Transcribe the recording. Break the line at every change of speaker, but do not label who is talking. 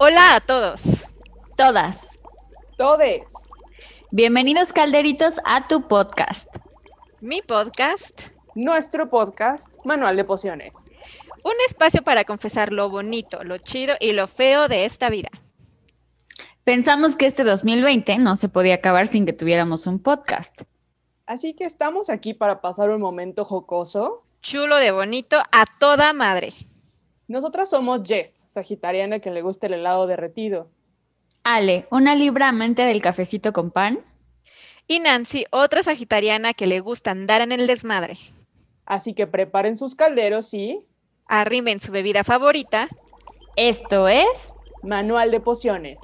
Ah, todos.
Todas.
Todes.
Bienvenidos calderitos a tu podcast.
Mi podcast,
Nuestro podcast, Manual de Pociones.
un espacio para confesar lo bonito, lo chido y lo feo de esta vida.
Pensamos que este 2020 no se podía acabar sin que tuviéramos un podcast.
Así que estamos aquí para pasar un momento jocoso.
Chulo de bonito a toda madre.
Nosotras somos Jess, sagitariana que le gusta el helado derretido.
Ale, una libra amante del cafecito con pan.
Y Nancy, otra sagitariana que le gusta andar en el desmadre.
Así que preparen sus calderos y
Arrimen su bebida favorita.
Esto es
Manual de Pociones.